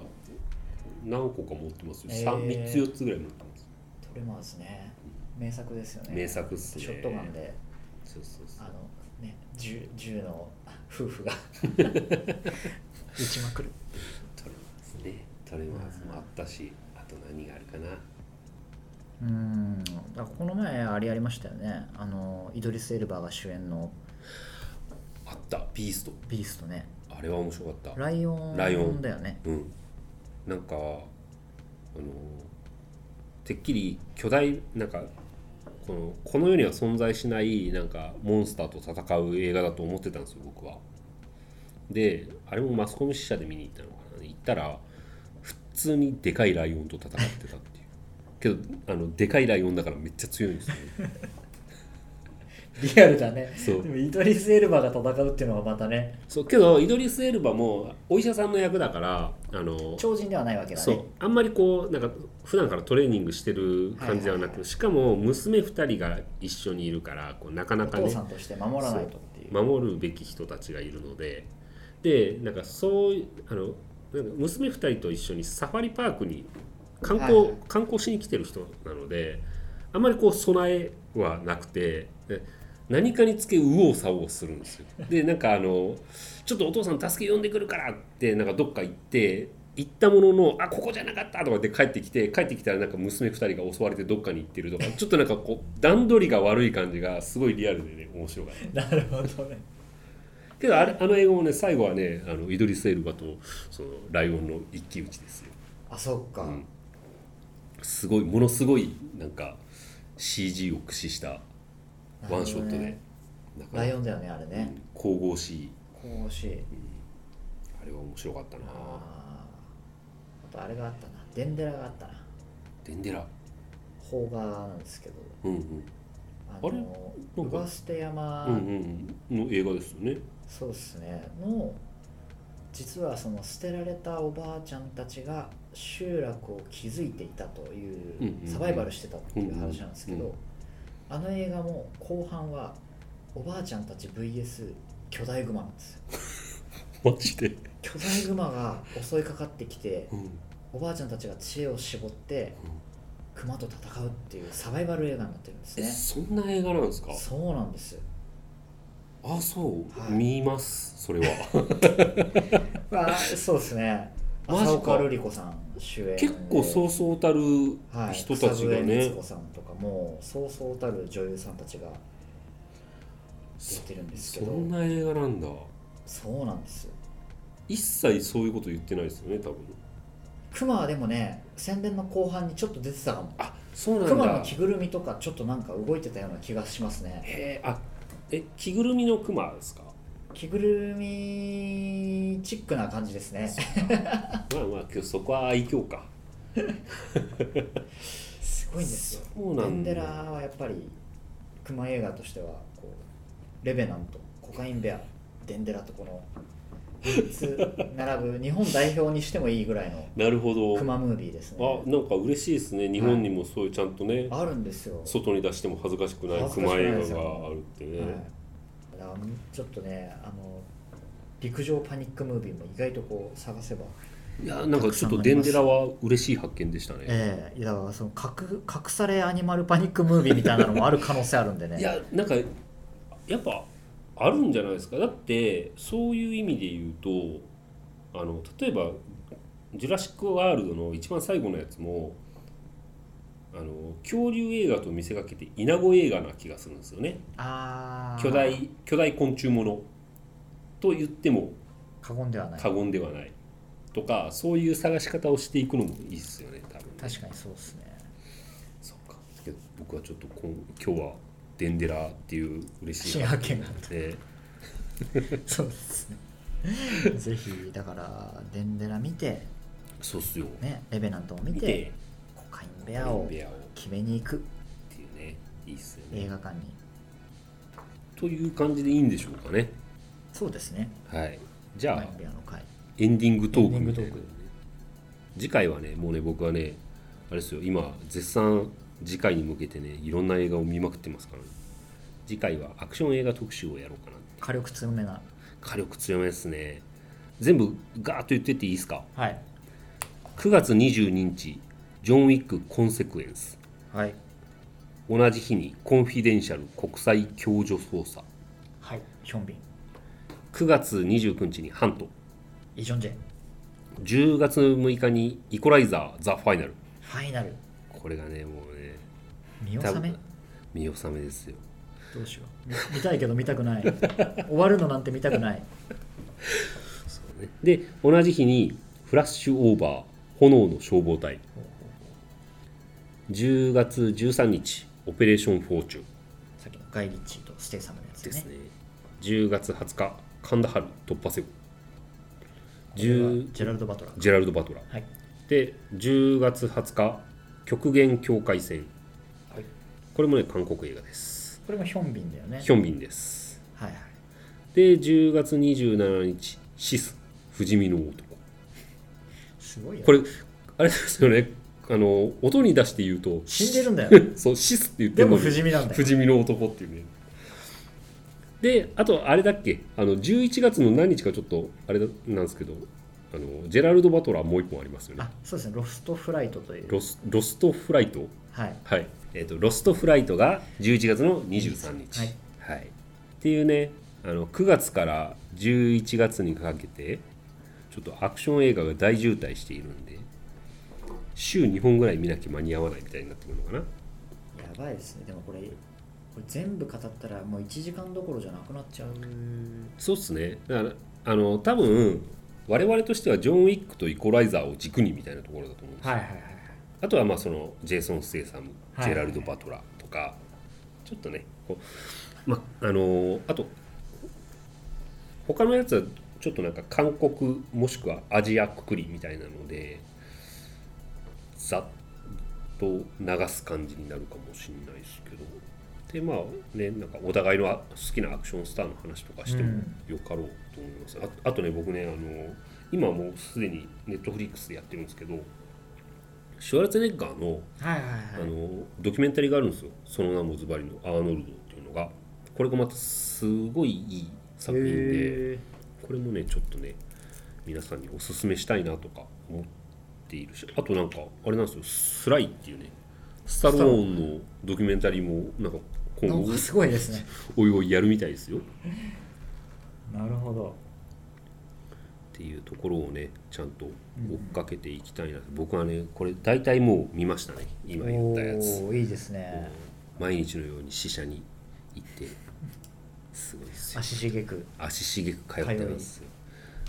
何個か持ってますよ
へー
3, 3つ4つぐらい持ってます
トレマーズね名作ですよね
名作っすね
ショットガンで
そうそうそ
あ
う
のね銃銃の夫婦 が撃ちまくる
トレマーズねトレマーズもあったしあと何があるかな
うんだからこの前あれやりましたよねあのイドリス・エルバーが主演の
あったビースト
「ビーストね
あれは面白かった
ライオン
ライオン
だよね
うん、なんかあのてっきり巨大なんかこのこの世には存在しないなんかモンスターと戦う映画だと思ってたんですよ僕は。であれもマスコミ支社で見に行ったのかな行ったら普通にでかいライオンと戦ってたっていう けどあのでかいライオンだからめっちゃ強いんですよね
リアルだね
そう
でもイトリス・エルバが戦うっていうのがまたね
そうけどイドリス・エルバもお医者さんの役だからあの
超人ではないわけだね
そうあんまりこうなんか普段からトレーニングしてる感じではなく、
はいはいはい
しかも娘2人が一緒にいるからこうなかな
お
か
父
ね
さんとして守らないとっていう
守るべき人たちがいるのででなんかそういあのなんか娘2人と一緒にサファリパークに観光,、
はいはい
観光しに来てる人なのであんまりこう備えはなくてで何かにつけ右往左往するんですよ。でなんかあのちょっとお父さん助け呼んでくるからってなんかどっか行って行ったもののあここじゃなかったとかで帰ってきて帰ってきたらなんか娘2人が襲われてどっかに行ってるとかちょっとなんかこう段取りが悪い感じがすごいリアルでね面白かった。
なるほどね
けどあれあの映画もね最後はねあのイドリス・エルバとそのライオンの一騎打ちですよ
あそっか、
うんすごいものすごいなんか CG を駆使したワンショットで、
なる
なんか
ライオンだよねあれ
う
ね、
ん神々しい
こうしい
あれは面白かったな
あーあとあれがあったなデンデラがあったな
デンデラ
邦画なんですけど
うんうん
あの
あれなんか
上捨て山、
うんうんうんの映画ですよね
そうですねの実はその捨てられたおばあちゃんたちが集落を築いていたとい
うんうんうん
うサバイバルしてたっていう話なんですけ
うんうん
どあの映画も後半はおばあちゃんたち VS 巨大グマなんですよ
マジで、
巨大グマが襲いかかってきて
うん、
おばあちゃんたちが知恵を絞って熊と戦うっていうサバイバル映画になってるんです
え
ね
そんな映画なんですか
そうなんですよ
あそう、
はい
見ますそれは
あ そうですね
マジか
浅岡瑠璃子さん主演で
結構そうそうたる
はい、
人たちが
草笛
ね、
光子さんとかもうそうそうたる女優さんたちが出てるんですけ
そ
ど
んな映画なんだ
そうなんですよ
一切そういうこと言ってないですよね多分
クマはでもね宣伝の後半にちょっと出てたかも
あそう
クマの着ぐるみとかちょっとなんか動いてたような気がしますね
へえあえ着ぐるみのクマですか
着ぐるみチックな感じですね
まあまあ今日そこは愛嬌か
すごいんですよ
そう
デ
なん
ン
だ
デラはやっぱりクマ映画としてはこうレベナントコカインベアデンデラとこの3つ並ぶ日本代表にしてもいいぐらいの
なるほど
クマムービーですね
あなんか嬉しいですね日本にもそういうちゃんとね、
あるんですよ、はい
外に出しても恥ずかしくない
恥
ク
ずか
マ
しくないで
映
す
画
よ
があるってね、
だからちょっとねあの陸上パニックムービーも意外とこう探せば
い、やなんかちょっとデンデラは嬉しい発見でしたね、
ええいやだからその隠隠されアニマルパニックムービーみたいなのもある可能性あるんでね
いやなんかやっぱあるんじゃないですかだってそういう意味で言うとあの例えば「ジュラシック・ワールド」の一番最後のやつもあの恐竜映画と見せかけてイナゴ映画な気がするんですよね
あー
巨大巨大昆虫ものと言っても
過言ではない
過言ではないとかそういう探し方をしていくのもいいですよね多分ね
確かにそうですね
そうかけど僕はちょっとこん今日は「デンデラ」っていう嬉しい
新発見があっ
で
そうですね。ぜひだからデンデラ見て、
そうっすよ
ね、レベナントを見
見
て
て
コカイン
イ
ベアを
ベアをっ
決めに行く
ていうねいいっすよ
映
ね
画館に
という感じでいいんでしょうかね
そうですね
はいじ
コ
ゃあ、
カインベアの回
エンディングトーク
エンディ
み
ング
た
ト
い
ー
な
ク
ね次回はねもうね僕はねあれですよ今絶賛次回に向けてねいろんな映画を見まくってますから、ね、次回はアクション映画特集をやろうかな
火力強めな
火力強めですね全部ガーッと言ってっていいですか
はい
9月22日ジョン・ウィック・コンセクエンス
はい
同じ日にコンフィデンシャル国際共助捜査
はいヒョンビン
9月29日にハント
イ・ジョンジェ
10月6日にイコライザーザ・ファイナル
ファイナル
これがねもうね
見納め
多分見納めですよ
どうしようみ見たいけど見たく ない終わるのなんて見たくない
そうねで同じ日にフラッシュオーバー炎の消防隊10月13日オペレーションフォーチュン
さっきのガイ・リッチーとステイサムのやつ
で
ね
すね10月20日カンダハル突破せよ
これは
10
ジェラルド・バトラー
ジェラルド・バトラー
はい
で10月20日極限境界線
はい
これもね韓国映画です
これもヒョンビンだよね
ヒョンビンです
はいはい
で10月27日シス不死身の男
すごいよね
これあれですよねあの音に出して言うと
死んでるんだよ
そうシスって言って
で
るの
も
に
不死身なんだ
不
よ
死身の男っていうねであとあれだっけあの11月の何日かちょっとあれだなんですけどあのジェラルド・バトラーもう一本ありますよね
あそうですねロストフライトという
ロスロストフライト
はい
はいえー、とロストフライトが11月の23日、
はい
はいっていうねあの9月から11月にかけてちょっとアクション映画が大渋滞しているんで週2本ぐらい見なきゃ間に合わないみたいになってくるのかな
やばいですねでもこれこれ全部語ったらもう1時間どころじゃなくなっちゃう
そうっすねだからあの多分我々としてはジョン・ウィックとイコライザーを軸にみたいなところだと思うんですよ
はいはいはい
あとはまあそのジェイソン・ステイサム、
はい
ジェラルド・バトラーとかちょっとねこう、まあのーあと他のやつはちょっとなんか韓国もしくはアジアくくりみたいなのでざっと流す感じになるかもしれないですけどでまあねなんかお互いの好きなアクションスターの話とかしても
うん
よかろうと思います、ああとね僕ねあのー今もうすでにネットフリックスでやってるんですけどシュワルツェネッガーの,、
はい
あ
はいはい
のドキュメンタリーがあるんですよその名もズバリの「アーノルド」っていうのがこれがまたすごいいい作品で
へー
これもねちょっとね皆さんにおすすめしたいなとか思っているしあとなんかあれなんですよ「スライ」っていうねスタローンのドキュメンタリーもなんか今
なん
後
かすごいですね
おいおいやるみたいですよっ
なるほど
ていうところをねちゃんと追っかけていきたいなと、僕はねこれ大体もう見ましたね今言ったやつ。
おーいいですね
毎日のように死者に行ってすごいですよ
足しげく
足しげく通ってたんですよ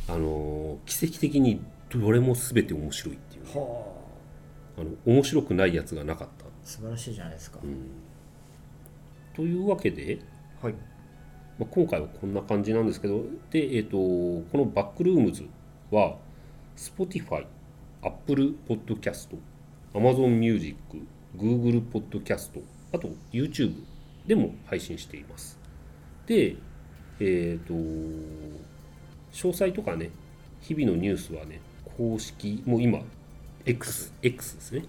あのー奇跡的にどれも全て面白いっていうね
は
あの面白くないやつがなかった、
あ素晴らしいじゃないですか、
うんというわけで、
はい
まあ、今回はこんな感じなんですけどで、えー、とこの「バックルームズ」は Spotify、Apple Podcast、Amazon Music、Google Podcast、あと YouTube でも配信しています。で、えっ、と、詳細とかね、日々のニュースはね、公式、もう今、X、X ですね。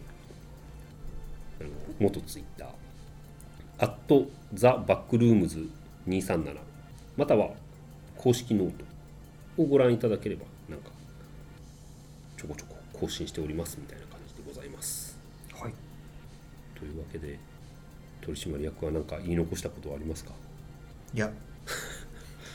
あの元 Twitter、アットザバックルームズ237、または公式ノートをご覧いただければ、なんか、ちょこちょこ更新しておりますみたいな感じでございます。
はい
というわけで、取締役は何か言い残したことはありますか
いや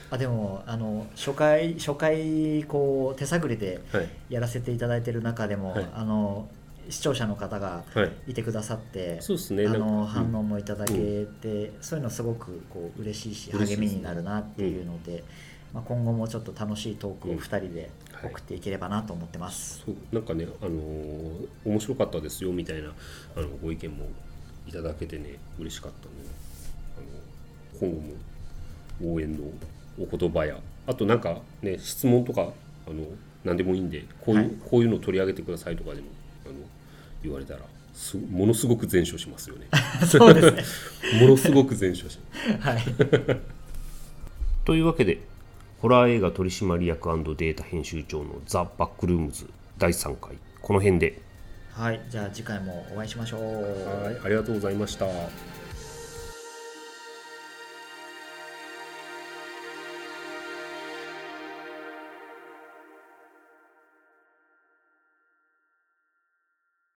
あでもあの初回初回こう手探りで
はい。
やらせていただいてる中でも、
はい
あの視聴者の方が
はい。
いてくださって、
そうですね。
あの
なんかうん
反応もいただけて、そういうのすごくこう嬉しいし
嬉しい
励みになるなっていうので、まあ、今後もちょっと楽しいトークを
うん
2人で
はい
送っていければなと思ってます。
そうなんかね、あのー面白かったですよみたいなあのご意見もいただけてね嬉しかったので、あの今後も応援のお言葉やあとなんかね質問とかあの何でもいいんでこういう、
はい
こういうの取り上げてくださいとかでもあの言われたらすものすごく善処しますよね
そうですね。
ものすごく善処し
はい。
というわけでホラー映画取締役データ編集長の「ザ・バックルームズ」第3回この辺で
はい、じゃあ次回もお会いしましょう。
はいありがとうございました。